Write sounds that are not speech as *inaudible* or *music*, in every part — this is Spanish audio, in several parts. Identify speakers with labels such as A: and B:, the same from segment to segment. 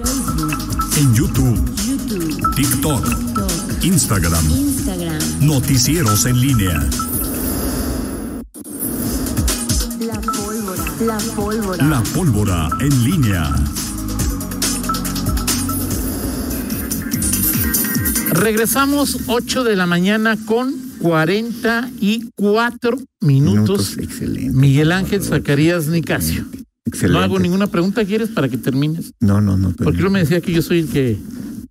A: Facebook. En YouTube.
B: YouTube.
A: TikTok.
B: TikTok,
A: Instagram.
B: Instagram.
A: Noticieros en línea.
B: La pólvora. La pólvora.
A: La pólvora en línea.
C: Regresamos 8 de la mañana con 44 minutos.
D: Minutos, excelente.
C: Miguel Ángel Zacarías Nicasio.
D: Excelente.
C: No hago ninguna pregunta, ¿quieres para que termines?
D: No, no, no. pero
C: Porque luego me decía que yo soy el que...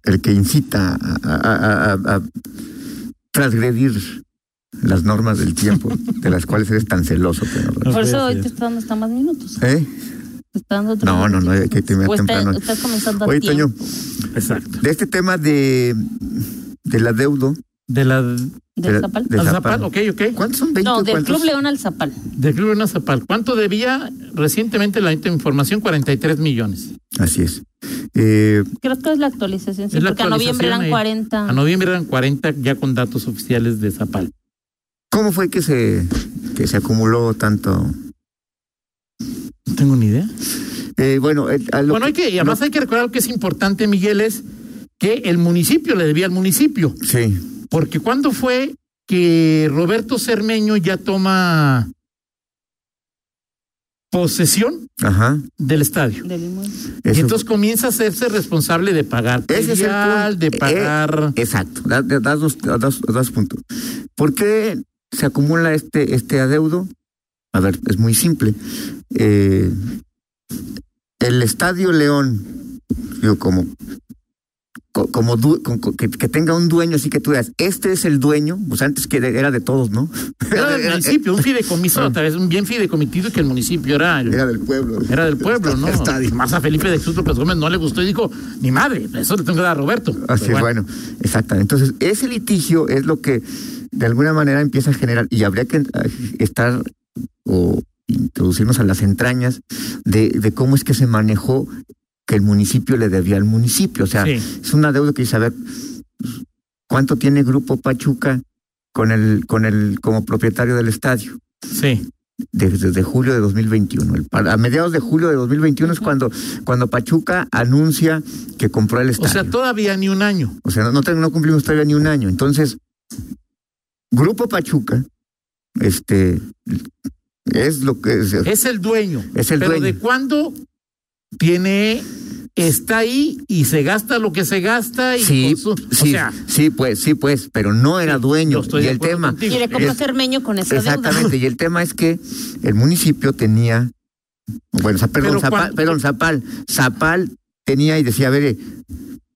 D: El que incita a, a- a- a- a transgredir las normas del
C: *laughs*
D: tiempo, de las cuales eres tan celoso. Pedro.
C: No
E: Por
C: voy a
E: eso hoy
C: hacer.
E: te está dando hasta más minutos.
D: ¿Eh?
E: Te está dando otros
D: No, no, no, hay
E: minutos.
D: que terminar
E: O está-
D: temprano.
E: estás comenzando a
D: Oye,
E: tiempo.
D: Toño,
C: Exacto.
D: de este tema de, del adeudo.
C: De la...
D: de-
E: ¿Del Zapal?
D: de-
C: al
D: Zapal.
C: Zapal, ok, ok.
D: ¿Cuántos son? ¿20
E: No,
D: o
E: del
D: cuántos?
E: Club León al Zapal.
C: De Club Leona Zapal. ¿Cuánto debía recientemente la información? 43 millones.
D: Así es. Eh,
E: Creo que es la actualización, sí,
C: Es la
E: porque a noviembre
C: actualización
E: eran
C: ahí.
E: 40.
D: Ah,
C: A noviembre eran 40 ya con datos oficiales de Zapal.
D: ¿Cómo fue que se, que se acumuló tanto?
C: No tengo ni idea.
D: Eh, bueno, eh, a lo
C: Bueno, hay que, y además hay que recordar que es importante, Miguel, es que el municipio le debía al municipio.
D: Sí,
C: Porque cuando fue que Roberto Cermeño ya toma posesión
D: ajá.
C: del estadio.
E: del inmueble.
C: Y
D: eso-
C: entonces comienza a hacerse responsable de pagar
D: Ese es el
C: predial,
D: punto. Eh,
C: de pagar.
D: Exacto, da- da- das dos, das- das puntos. ¿Por qué se acumula este, este adeudo? A ver, es muy simple. Eh, el Estadio León, digo, como, co- como, du- con- con- que, que tenga un dueño, así que tú digas, este es el dueño, pues antes que de- era de todos, ¿no?
C: *laughs* era
D: eh,
C: del municipio, un fideicomiso, a través un bien fideicomiso que el municipio era el-
D: ah. Era del pueblo.
C: era del pueblo, ¿no?
D: Estadio.
C: Más a Felipe de Jesús López Gómez no le gustó y dijo, ni madre, eso le tengo que dar a Roberto.
D: Así
C: Pero
D: es, bueno, exactamente. Entonces, ese litigio es lo que de alguna manera empieza a generar, y habría que eh, estar o introducirnos a las entrañas de, de cómo es que se manejó que el municipio le debía al municipio. O sea,
C: Sí.
D: es una deuda que dice, a ver, ¿cuánto tiene Grupo Pachuca con el, con el, como propietario del estadio?
C: Sí,
D: de- desde julio de 2021. El par- a mediados de julio de 2021 es cuando, cuando Pachuca anuncia que compró el
C: o
D: estadio.
C: sea, todavía ni un año.
D: O sea, no, te- no cumplimos todavía ni un año. Entonces, Grupo Pachuca, este, es lo que es,
C: Es el dueño.
D: es el
C: Eh, pero
D: dueño.
C: de cuándo tiene, está ahí y se gasta lo que se gasta y
D: Sí,
C: consu-
D: sí,
C: o sea,
D: sí, pues, sí, pues, pero no era
C: yo
D: dueño.
C: estoy
D: Y
C: de
D: el
C: acuerdo
D: tema,
C: contigo.
E: Quiere como
D: es-
E: cermeño con esa deuda.
D: exactamente, y el tema es que el municipio tenía, bueno, Za- perdón,
C: Pero
D: Zapal,
C: cuan-
D: perdón, Zapal, Zapal tenía y decía, a ver, eh,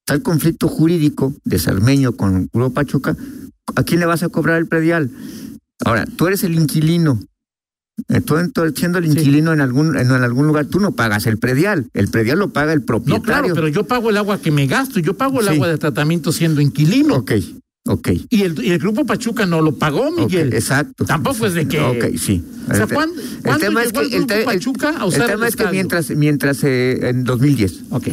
D: tal conflicto jurídico de Sarmeño con Grupo Pachuca, ¿a quién le vas a cobrar el predial? Ahora, tú eres el inquilino. Eh, Tú, en- tú siendo el inquilino en algún en, en algún lugar, tú no pagas el predial. El predial lo paga el
C: No, claro,
D: propietario.
C: pero yo pago el agua que me gasto, yo pago el
D: Sí.
C: agua de tratamiento siendo inquilino.
D: Ok, ok.
C: Y, el, y el grupo Pachuca no lo pagó,
D: ok,
C: Miguel.
D: exacto.
C: Tampoco es de que-
D: Ok, sí.
C: O sea,
D: El te-
C: ¿cuándo- cuándo llegó el
D: te-
C: Grupo Pachuca a
D: el
C: usar
D: tema
C: el
D: es que
C: estadio?
D: mientras, mientras eh, en 2010.
C: Ok.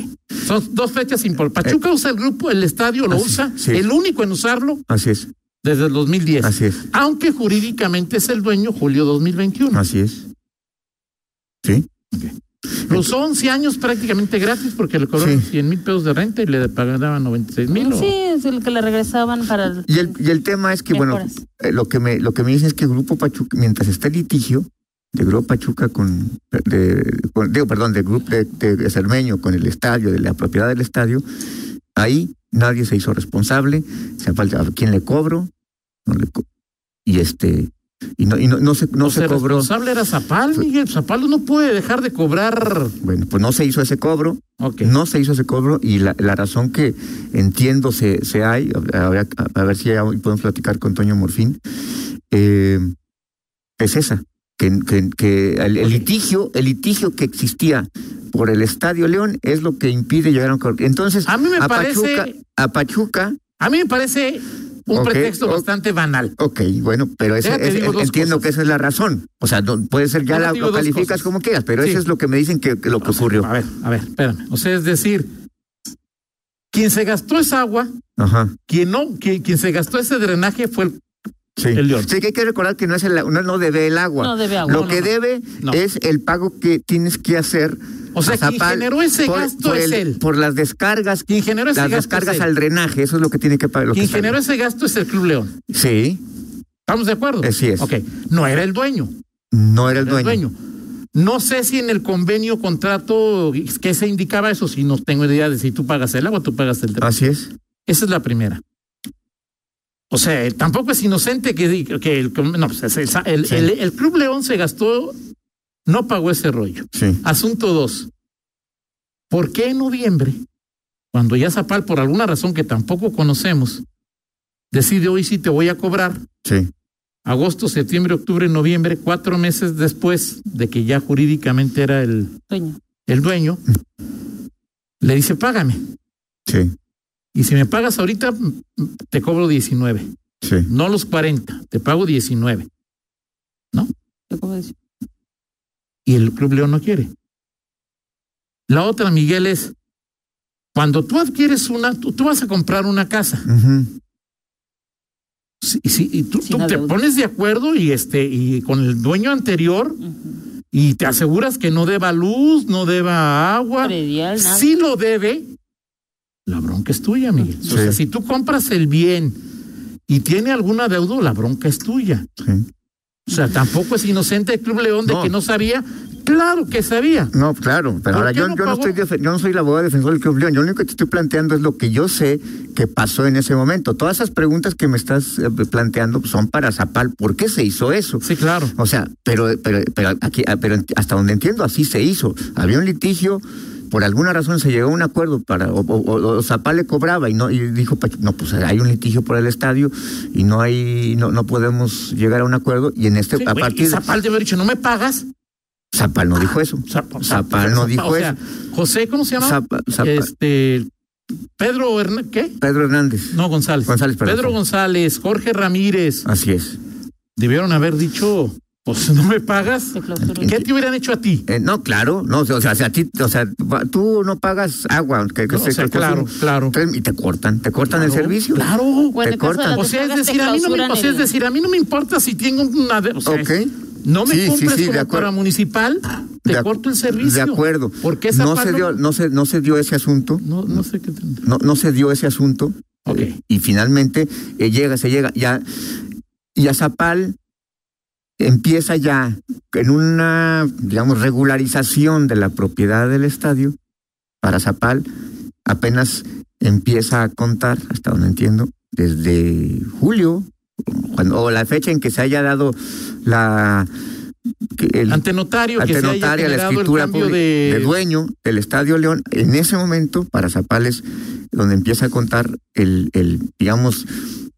C: Son dos fechas importantes. Pachuca usa el grupo, el estadio lo
D: Eh, así,
C: usa,
D: sí.
C: el único en usarlo
D: Así es,
C: desde el 2010.
D: Así es.
C: Aunque jurídicamente es el dueño julio 2021.
D: así es. Sí,
C: Lo usó 11 Pues años prácticamente gratis porque le cobraron
D: Sí.
C: 100 mil pesos de renta y le pagaban 96 mil.
E: Pues Sí, es el que le regresaban para el.
D: Y el, y el tema es que, bueno,
E: Mejoras.
D: eh, lo que me lo que me dicen es que Grupo Pachuca, mientras está el litigio de Grupo Pachuca con, de, con- digo, perdón, del Grupo de, de Cermeño con el estadio, de la propiedad del estadio, ahí nadie se hizo responsable, se falta, ¿a quién le cobro? No le co- y este, y no, y no, no se, no
C: o sea,
D: se
C: el
D: cobró,
C: responsable era Zapal, Miguel. Zapal no puede dejar de cobrar.
D: bueno, pues no se hizo ese cobro,
C: Ok.
D: No se hizo ese cobro y la, la razón que entiendo se, se hay, habrá- a, ver si hoy podemos platicar con Toño Morfín, eh, es esa, que, que- que el, el litigio, el litigio que existía por el Estadio León es lo que impide llegar a un cor- Entonces,
C: A mí me
D: a
C: parece-
D: Pachuca, a Pachuca,
C: A mí me parece un
D: Ok,
C: pretexto
D: ok.
C: bastante banal.
D: ok, bueno, pero ese-
C: Déjate,
D: ese-
C: digo dos
D: entiendo
C: cosas.
D: que esa es la razón. O sea, no- puede ser ya
C: Déjate,
D: la
C: digo
D: lo
C: dos
D: calificas
C: cosas.
D: como quieras, pero
C: Sí.
D: eso es lo que me dicen que, que lo que ocurrió.
C: A ver, a ver, espérame. O sea, es decir, quien se gastó esa agua
D: Ajá,
C: Quien no, quien, quien se gastó ese drenaje fue el
D: Sí.
C: El León.
D: Sí, que hay que recordar que no, es el, no, no debe el agua.
E: No debe agua.
D: Lo
E: No,
D: que
E: no, no.
D: debe
C: Ah, No.
D: es el pago que tienes que hacer.
C: O sea,
D: a
C: quien
D: Zapal
C: generó ese gasto es
D: el-
C: él.
D: Por las descargas.
C: Quien generó ese
D: las
C: gasto
D: descargas
C: es él.
D: al drenaje, eso es lo que tiene que pagar. lo
C: Quien
D: que sale.
C: generó ese gasto es el Club León.
D: Sí,
C: ¿Estamos de acuerdo?
D: Así es.
C: Ok. No era el dueño.
D: no era el
C: Era el
D: dueño.
C: dueño. No sé si en el convenio contrato que se indicaba eso, si no tengo idea de si tú pagas el agua, tú pagas el teléfono.
D: Así es.
C: Esa es la primera. O sea, eh, tampoco es inocente que, di- que el, no, pues, es el, el-
D: Sí.
C: el- el Club León se gastó, no pagó ese rollo.
D: Sí.
C: Asunto dos. ¿Por qué en noviembre, cuando ya Zapal, por alguna razón que tampoco conocemos, decide hoy sí te voy a cobrar,
D: Sí.
C: agosto, septiembre, octubre, noviembre, cuatro meses después de que ya jurídicamente era el,
E: dueño.
C: el dueño, le dice, págame.
D: Sí.
C: Y si me pagas ahorita, m- m- te cobro 19,
D: Sí.
C: no los 40, te pago 19.
E: Yo como decía,
C: Y el Club León no quiere. La otra, Miguel, es, cuando tú adquieres una, tú, tú vas a comprar una casa.
D: Ujú.
C: Sí, sí, y tú,
E: Sin
C: tú te
E: adeudo.
C: pones de acuerdo y, este, y con el dueño anterior
E: ujú,
C: y te aseguras que no deba luz, no deba agua.
E: predial, nada.
C: Si lo debe, la bronca es tuya, Miguel. O sea, si tú compras el bien y tiene algún adeudo, la bronca es tuya.
D: Sí.
C: O sea, tampoco es inocente el Club León de
D: No.
C: que no sabía. Claro que sabía.
D: No, claro,
C: ¿Por
D: pero ahora
C: qué
D: yo,
C: no
D: yo no
C: pagó?
D: estoy defe- yo no soy la abogada defensora del Club León. Yo lo único que te estoy planteando es lo que yo sé que pasó en ese momento. Todas esas preguntas que me estás eh, planteando son para Zapal. ¿Por qué se hizo eso?
C: Sí, claro.
D: O sea, pero, pero, pero aquí, ah, pero ent- hasta donde entiendo, así se hizo. Había un litigio, por alguna razón se llegó a un acuerdo para, o, o- o- o Zapal le cobraba y no, y dijo, Pachuca, no, pues hay un litigio por el estadio y no hay, no, no podemos llegar a un acuerdo. Y en este,
C: Sí,
D: a
C: güey,
D: partir
C: y Zapal debe haber dicho, no me pagas.
D: Zapal no dijo eso.
C: Zap-
D: Zapal no dijo
C: o sea,
D: eso.
C: José, ¿cómo se llama?
D: Zapa- Zapa-
C: Este, Pedro Hernán, ¿qué?
D: Pedro Hernández.
C: No, González.
D: González, perdón.
C: Pedro González, Jorge Ramírez,
D: Así es.
C: debieron haber dicho, pues no me pagas.
E: Se clausuró.
C: ¿Qué te hubieran hecho a ti?
D: Eh, no, claro, no, o sea, o sea, si a ti, o sea, va- tú no pagas agua, que, que
C: No, o
D: se-
C: sea,
D: que te
C: claro,
D: hacen-
C: claro.
D: y te cortan, te cortan el
C: Claro,
D: servicio.
C: Claro.
E: Bueno, en
D: Te
E: caso de
D: cortan.
E: las
C: O sea, es
E: descargas, te
C: decir, a mí no me,
E: clausuran
C: o sea, es
E: el-
C: decir, a mí no me importa si tengo una de- o sea,
D: Ok.
C: No me
D: Sí, sí,
C: compres
D: sí, de
C: como
D: acuerdo.
C: para municipal, te
D: De ac-
C: corto el servicio.
D: De acuerdo.
C: Porque esa
D: no
C: parte
D: se dio, no se, no se dio ese asunto.
C: no, no sé qué
D: No, no se dio ese asunto.
C: Ok.
D: Eh, y finalmente eh, llega, se llega. Ya, ya Zapal empieza ya en una, digamos, regularización de la propiedad del estadio. Para Zapal apenas empieza a contar, hasta donde entiendo, desde julio, cuando, o la fecha en que se haya dado la... que el-
C: Ante notario que
D: ante
C: se haya
D: notaria, la
C: generado
D: escritura
C: el cambio
D: pública
C: de,
D: de dueño del Estadio León, en ese momento, para Zapales, donde empieza a contar el, el digamos,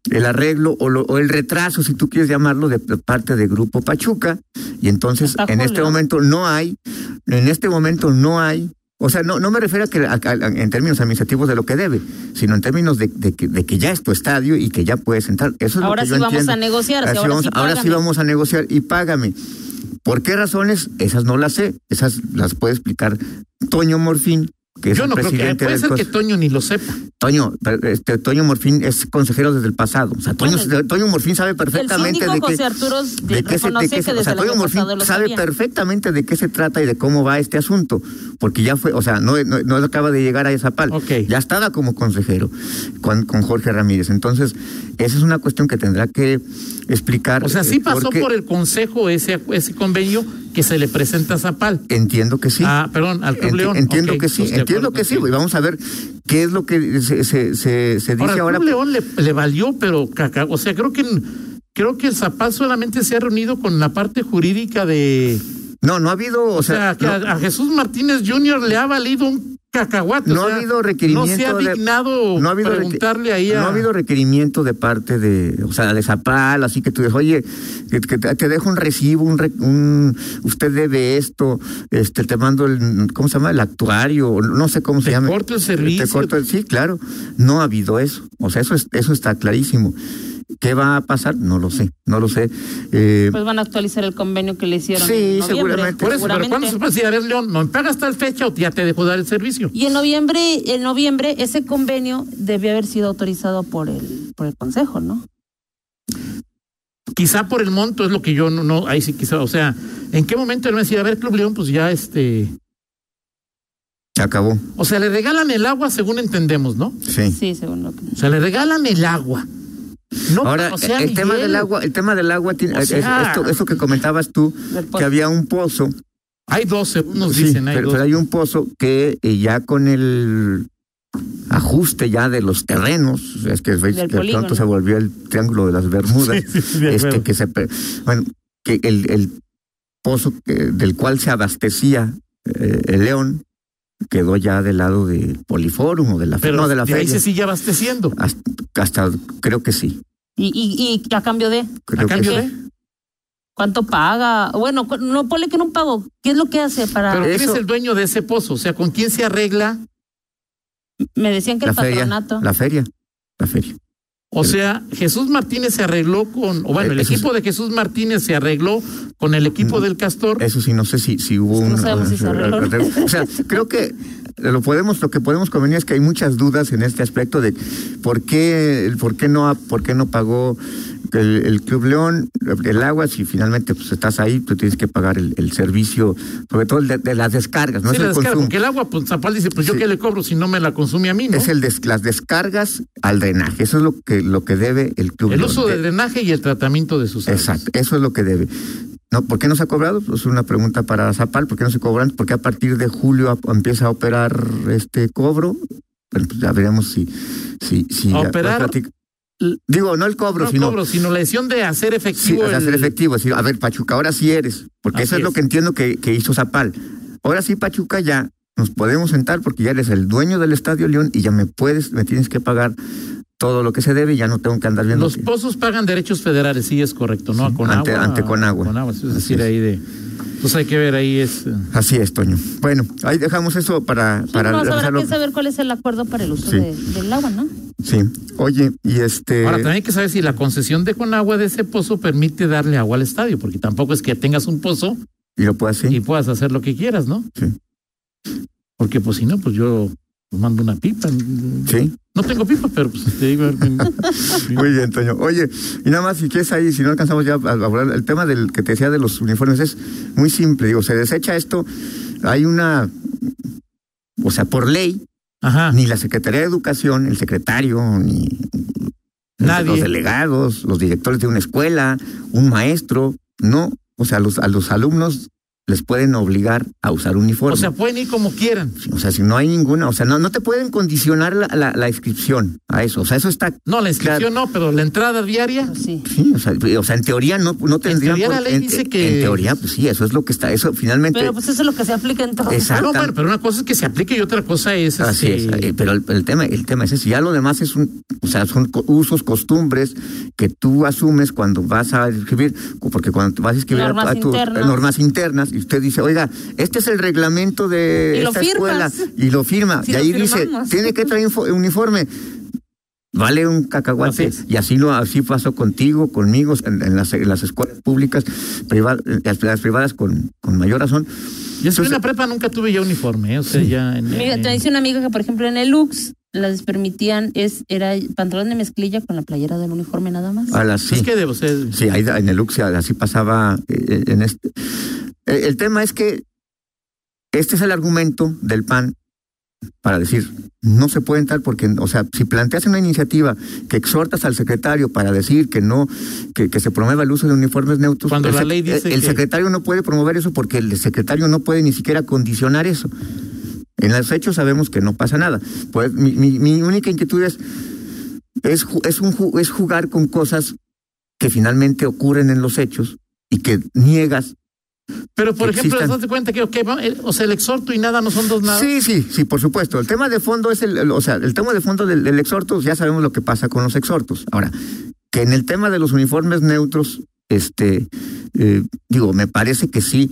D: el arreglo o, lo- o el retraso, si tú quieres llamarlo, de, de parte de Grupo Pachuca. Y entonces,
E: Hasta
D: en este
E: julio.
D: momento no hay, en este momento no hay. O sea, no, no me refiero a que a- a- en términos administrativos de lo que debe, sino en términos de, de que, de que ya es tu estadio y que ya puedes entrar. Eso es
E: Ahora
D: lo
E: sí
D: que yo
E: vamos
D: entiendo.
E: a negociar.
D: Ahora
E: sí,
D: sí
E: ahora,
D: vamos-
E: sí
D: ahora sí
E: págame.
D: vamos a negociar y págame. ¿Por qué razones? Esas no las sé. Esas las puede explicar Toño Morfín, que es
C: Yo
D: el
C: no creo que
D: presidente
C: puede
D: del
C: ser que
D: cos-
C: Toño ni lo sepa.
D: Toño, pero, este, Toño Morfín es consejero desde el pasado. O sea, Toño,
E: Bueno,
D: Toño Morfín sabe
E: El
D: perfectamente
E: síndico
D: de
E: José
D: qué.
E: Arturo de-
D: De qué se, de
E: reconoce
D: qué se-
E: que
D: o sea,
E: desde el
D: Toño
E: año
D: Morfín
E: pasado lo
D: sabe
E: sabía.
D: perfectamente de qué se trata y de cómo va este asunto, porque ya fue, o sea, no, no, no acaba de llegar a esa pal.
C: Ok.
D: Ya estaba como consejero con, con Jorge Ramírez. Entonces, esa es una cuestión que tendrá que explicar.
C: O sea, sí
D: eh,
C: pasó
D: porque-
C: por el consejo ese, ese convenio que se le presenta a Zapal.
D: Entiendo que sí.
C: Ah, perdón, al Club
D: Enti-
C: León.
D: Entiendo
C: Ok,
D: que sí,
C: estoy de
D: entiendo
C: acuerdo
D: que sí,
C: contigo.
D: güey. Vamos a ver qué es lo que se, se, se, se dice
C: Ahora,
D: ahora.
C: Club León le, le valió, pero caca, o sea, creo que creo que el Zapal solamente se ha reunido con la parte jurídica de
D: No, no ha habido, o,
C: o sea,
D: sea,
C: que
D: no,
C: a, a Jesús Martínez Jr. le ha valido un cacahuate. o
D: no
C: sea,
D: ha habido requerimiento.
C: No se ha
D: de-
C: dignado
D: no ha habido requi-
C: preguntarle ahí a
D: No ha habido requerimiento de parte de, o sea, de Zapal, así que tú dices, oye, que, que te, te dejo un recibo, un, re- un- usted debe esto, este, te mando el, ¿cómo se llama? El actuario, o no sé cómo se
C: Te
D: llama.
C: corto el servicio.
D: Te corto el, sí, claro. No ha habido eso. O sea, eso, es- eso está clarísimo. ¿Qué va a pasar? No lo sé, no lo sé. Eh,
E: Pues van a actualizar el convenio que le hicieron.
D: Sí,
E: en noviembre,
D: seguramente.
C: Por eso, pero
E: seguramente.
C: ¿cuándo se puede decir, a ver, León, no me pagas tal fecha o ya te dejo dar el servicio?
E: Y en noviembre, en noviembre ese convenio debió haber sido autorizado por el por el consejo, ¿no?
C: Quizá por el monto es lo que yo no, no ahí sí quizá, o sea, ¿en qué momento él me decía, a ver, Club León, pues ya este,
D: Se acabó.
C: o sea, le regalan el agua según entendemos, ¿no?
D: Sí.
E: Sí, según lo que.
C: O sea, le regalan el agua. No,
D: Ahora,
C: o sea,
D: el tema
C: Miguel,
D: del agua, el tema del agua tiene,
C: O
D: es- es-
C: sea-
D: esto, esto que comentabas tú,
E: Del pozo.
D: que había un pozo,
C: Hay dos, según nos
D: Sí,
C: dicen, hay
D: pero,
C: dos.
D: pero hay un pozo que eh, ya con el ajuste ya de los terrenos, o sea, es que, veis
E: Del
D: que de pronto
E: polígono.
D: se volvió el triángulo de las Bermudas,
C: Sí, sí, *laughs* de
D: este
C: acuerdo.
D: que se pe- bueno, que el, el pozo que- del cual se abastecía eh, el león quedó ya del lado del Poliforum o de la fe-
C: Pero
D: no, de la
C: de ahí
D: feria.
C: se sigue abasteciendo.
D: Hasta, hasta- creo que sí.
E: Y, y, y a cambio de
D: Creo
C: A
D: que
C: cambio
D: sí.
C: de.
E: cuánto paga. Bueno, cu- no ponle que no pago. ¿Qué es lo que hace para?
C: Pero ¿quién
D: eso-
C: es el dueño de ese pozo? O sea, ¿con quién se arregla?
E: me decían que
D: la
E: el
D: feria,
E: patronato.
D: la feria, la feria.
C: O sea, Jesús Martínez se arregló con, o bueno, el
D: Eh, eso
C: equipo de Jesús Martínez se arregló con el equipo
D: Mm,
C: del Castor.
D: Eso sí, no sé si, si hubo
E: Es que no
D: un-
E: sabemos si se arregló. *laughs*
D: O sea, creo que lo podemos, lo que podemos convenir es que hay muchas dudas en este aspecto de por qué, por qué no, por qué no pagó el, el Club León el agua si finalmente pues, estás ahí, tú tienes que pagar el, el servicio, sobre todo el de, de las descargas, no
C: Sí,
D: es
C: la
D: el
C: descarga,
D: consumo.
C: porque el agua, pues Zapal dice, pues yo
D: Sí.
C: qué le cobro si no me la consume a mí, ¿no?
D: Es el des- las descargas al drenaje, eso es lo que lo que debe el Club
C: El
D: León.
C: uso de
D: De-
C: drenaje y el tratamiento de sus aguas.
D: Exacto, eso es lo que debe. No, ¿Por qué no se ha cobrado? Pues una pregunta para Zapal, ¿por qué no se cobran? Porque a partir de julio a- empieza a operar este cobro. Bueno, pues ya veremos si... si, si
C: A
D: ya-
C: operar-
D: ya platic- Digo, no el cobro,
C: No
D: sino...
C: cobro, sino la decisión de hacer
D: Sí,
C: efectivo.
D: o sea,
C: el-
D: ser efectivo. decir, a ver, Pachuca, ahora sí eres. Porque eso
C: Así
D: es, lo
C: es.
D: que entiendo que, que hizo Zapal. Ahora sí, Pachuca, ya nos podemos sentar porque ya eres el dueño del Estadio León y ya me puedes, me tienes que pagar todo lo que se debe y ya no tengo que andar viendo...
C: Los
D: que-
C: pozos pagan derechos federales, sí es correcto, ¿no?
D: Sí,
C: Con
D: ante-
C: agua.
D: ante Conagua.
C: Con agua, es
D: Así
C: decir,
D: es.
C: ahí de. Entonces hay que ver, ahí es. eh,
D: Así es, Toño. Bueno, ahí dejamos eso para...
E: Sí,
D: para
E: no, habrá
D: revisarlo.
E: que saber cuál es el acuerdo para el uso
D: Sí.
E: de- del agua, ¿no?
D: Sí. Oye, y este...
C: Ahora también hay que saber si la concesión de Conagua de ese pozo permite darle agua al estadio, porque tampoco es que tengas un pozo
D: Y lo puedo hacer.
C: y puedas hacer lo que quieras, ¿no?
D: Sí.
C: Porque pues si no, pues yo mando una pipa.
D: Sí.
C: No tengo pipa, pero pues te digo. a ver,
D: *laughs* Muy bien, Toño. Oye, y nada más, si quieres ahí, si no alcanzamos ya a hablar, el tema del que te decía de los uniformes es muy simple. Digo, se desecha esto, hay una... O sea, por ley,
C: Ajá.
D: ni la Secretaría de Educación, el secretario, ni
C: Nadie.
D: los delegados, los directores de una escuela, un maestro, no. O sea, los, a los alumnos les pueden obligar a usar uniforme.
C: O sea, pueden ir como quieran.
D: O sea, si no hay ninguna, o sea, no, no te pueden condicionar la, la, la inscripción a eso. O sea, eso está.
C: No, la inscripción no, pero la entrada diaria.
E: Pues sí.
D: Sí, o sea, o sea, en teoría no, no tendrían.
C: teoría
D: por-
C: la ley
D: en-
C: dice
D: en-
C: que-
D: En teoría, pues sí, eso es lo que está. Eso finalmente.
E: Pero pues eso es lo que se aplica entonces.
D: Exacto.
C: No, bueno, pero una cosa es que se aplique y otra cosa es.
D: Así es,
C: este,
D: eh, pero el, el tema, el tema es ese. Ya lo demás es un, o sea, son co- usos, costumbres que tú asumes cuando vas a escribir, porque cuando te vas a escribir a-
E: Normas
D: a, tus eh,
E: internas.
D: normas internas y usted dice, oiga, este es el reglamento de
E: Y lo
D: esta escuela
E: firmas.
D: y lo firma
E: Sí,
D: y
E: lo
D: ahí
E: firmamos.
D: dice, tiene que traer info- uniforme. Vale un
C: Así
D: cacahuate
C: es.
D: y así lo así pasó contigo, conmigo, en, en las, en las escuelas públicas, privadas, las, las privadas con, con mayor razón.
C: Yo soy
D: Entonces-
C: una prepa, nunca tuve ya uniforme, eh, o sea, ya. En,
E: Mira,
C: en-
E: te dice una amiga que, por ejemplo, en el Lux las permitían, es, era pantalón de mezclilla con la playera del uniforme nada más.
D: A las, sí.
C: Es que debo ser.
D: Sí, ahí en el Uxia así pasaba eh, en este. Eh, El tema es que este es el argumento del PAN para decir, no se pueden tal porque, o sea, si planteas una iniciativa que exhortas al secretario para decir que no, que, que se promueva el uso de uniformes neutros,
C: Cuando
D: el,
C: la
D: sec-
C: ley dice
D: el- el
C: que-
D: secretario no puede promover eso porque el secretario no puede ni siquiera condicionar eso. En los hechos sabemos que no pasa nada. Pues mi, mi- mi única inquietud es, es, ju- es, un, ju- es jugar con cosas que finalmente ocurren en los hechos y que niegas.
C: Pero por
D: que
C: ejemplo,
D: existan.
C: date cuenta que, ok, va- el- o sea, el exhorto y nada no son dos nada.
D: Sí, sí, sí, por supuesto. El tema de fondo es el, el- o sea, el tema de fondo del, del exhorto, ya sabemos lo que pasa con los exhortos. Ahora, que en el tema de los uniformes neutros, este, eh, digo, me parece que sí,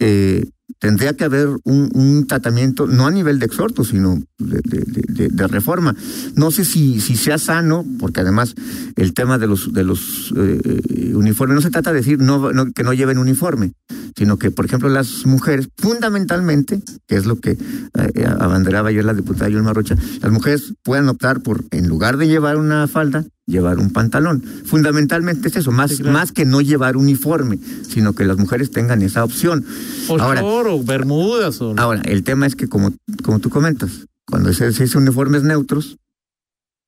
D: eh, tendría que haber un, un tratamiento, no a nivel de exhorto, sino de, de- de- de- de reforma. No sé si, si sea sano, porque además el tema de los, de los eh, uniformes, no se trata de decir no, no- que no lleven uniforme, sino que, por ejemplo, las mujeres, fundamentalmente, que es lo que eh, abanderaba ayer la diputada Yolma Rocha, las mujeres puedan optar por, en lugar de llevar una falda, llevar un pantalón. Fundamentalmente es eso, más,
C: Sí, claro.
D: más que no llevar uniforme, sino que las mujeres tengan esa opción.
C: O
D: Ahora- ah,
C: short, o bermudas, o...
D: Ahora, el tema es que, como, como tú comentas, cuando se, se dice uniformes neutros,